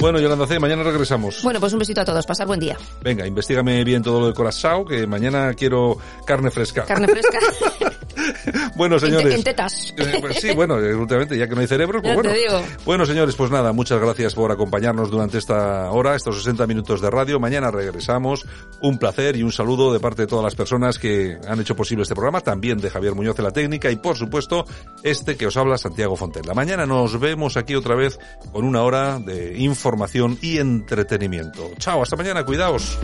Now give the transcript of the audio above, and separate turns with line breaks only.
Bueno, Yolanda C, mañana regresamos.
Bueno, pues un besito a todos. Pasar buen día.
Venga, investigame bien todo lo de Corazao, que mañana quiero carne fresca.
Carne fresca.
Bueno,
En te-
señores.
en tetas.
Eh, pues sí, bueno, eh, últimamente, ya que no hay cerebro, pues
Ya te
bueno.
digo.
Bueno, señores, pues nada, muchas gracias por acompañarnos durante esta hora, estos 60 minutos de radio. Mañana regresamos. Un placer y un saludo de parte de todas las personas que han hecho posible este programa, también de Javier Muñoz en la técnica y, por supuesto, este que os habla, Santiago Fontella. Mañana nos vemos aquí otra vez con una hora de información y entretenimiento. Chao, hasta mañana, cuidaos.